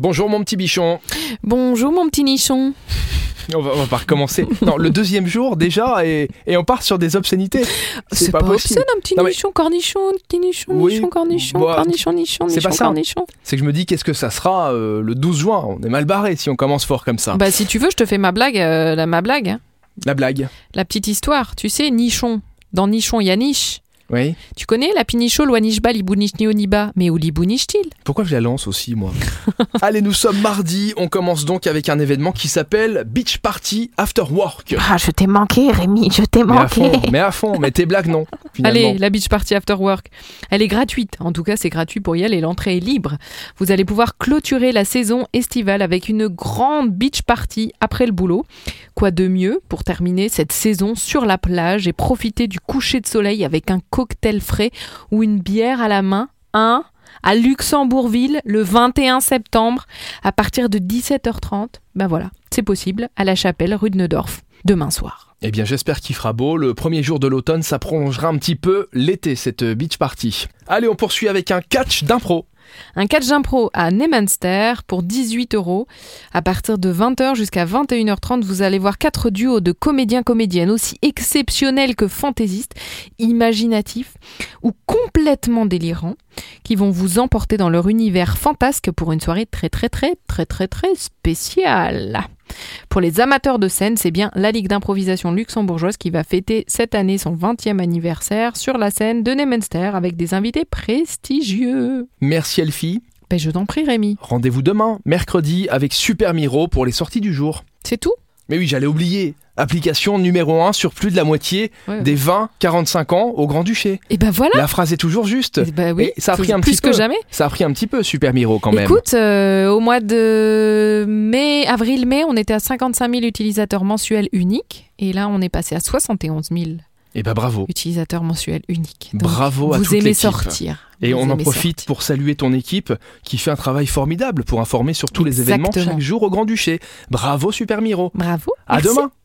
Bonjour mon petit bichon. Bonjour mon petit nichon. On va, on va pas recommencer. Non, le deuxième jour déjà et, et on part sur des obscénités. C'est C'est pas pas, possible. obscène un petit Non, mais- nichon, cornichon, petit nichon, Oui, nichon, cornichon, bah, cornichon, nichon, c'est nichon, pas ça. cornichon. C'est que je me dis qu'est-ce que ça sera euh, le 12 juin. On est mal barré si on commence fort comme ça. Bah si tu veux, je te fais ma blague, euh, la, ma blague, hein. La blague. la petite histoire. Tu sais, nichon. Dans nichon, il y a niche. Oui. Tu connais la pinicho, loa nishba, libou nichni oniba, mais où libou niche-t-il Pourquoi je la lance aussi moi Allez, nous sommes mardi. On commence donc avec un événement qui s'appelle Beach Party After Work. Ah, je t'ai manqué, Rémi, je t'ai Mais à manqué. fond, mais à fond, mais tes blagues non. Finalement. Allez, la beach party after work. Elle est gratuite. En tout cas, c'est gratuit pour y aller. L'entrée est libre. Vous allez pouvoir clôturer la saison estivale avec une grande beach party après le boulot. Quoi de mieux pour terminer cette saison sur la plage et profiter du coucher de soleil avec un cocktail frais ou une bière à la main. Un à Luxembourgville le 21 septembre à partir de 17h30. Ben voilà, c'est possible à la chapelle rue de Neudorf demain soir. Eh bien, j'espère qu'il fera beau. Le premier jour de l'automne, ça prolongera un petit peu l'été, cette euh, beach party. Allez, on poursuit avec un catch d'impro. Un catch d'impro à Nemanster pour 18 euros. À partir de 20h jusqu'à 21h30, vous allez voir quatre duos de comédiens-comédiennes aussi exceptionnels que fantaisistes, imaginatifs ou complètement délirants, qui vont vous emporter dans leur univers fantasque pour une soirée très très très très très très spéciale. Pour les amateurs de scène, c'est bien la Ligue d'improvisation luxembourgeoise qui va fêter cette année son 20e anniversaire sur la scène de Nemanster avec des invités prestigieux. Merci Elfie. Ben, je t'en prie, Rémi. Rendez-vous demain, mercredi, avec Super Miro pour les sorties du jour. C'est tout Mais oui, j'allais oublier. Application numéro 1 sur plus de la moitié Ouais. des 20-45 ans au Grand-Duché. Et ben voilà La phrase est toujours juste. Eh ben oui, Et ça a c'est pris un plus petit que peu, jamais. Ça a pris un petit peu, Super Miro, quand même. Écoute, euh, au mois de mai, avril-mai, on était à 55 000 utilisateurs mensuels uniques. Et là, on est passé à 71 000 Eh ben bravo. utilisateurs mensuels uniques. Donc, Bravo à vous toute aimez l'équipe. sortir. Et Vous on en aimez profite sortir. pour saluer ton équipe qui fait un travail formidable pour informer sur tous les événements Exactement. chaque jour au Grand-Duché. Bravo Super Miro. Bravo. À Merci. demain.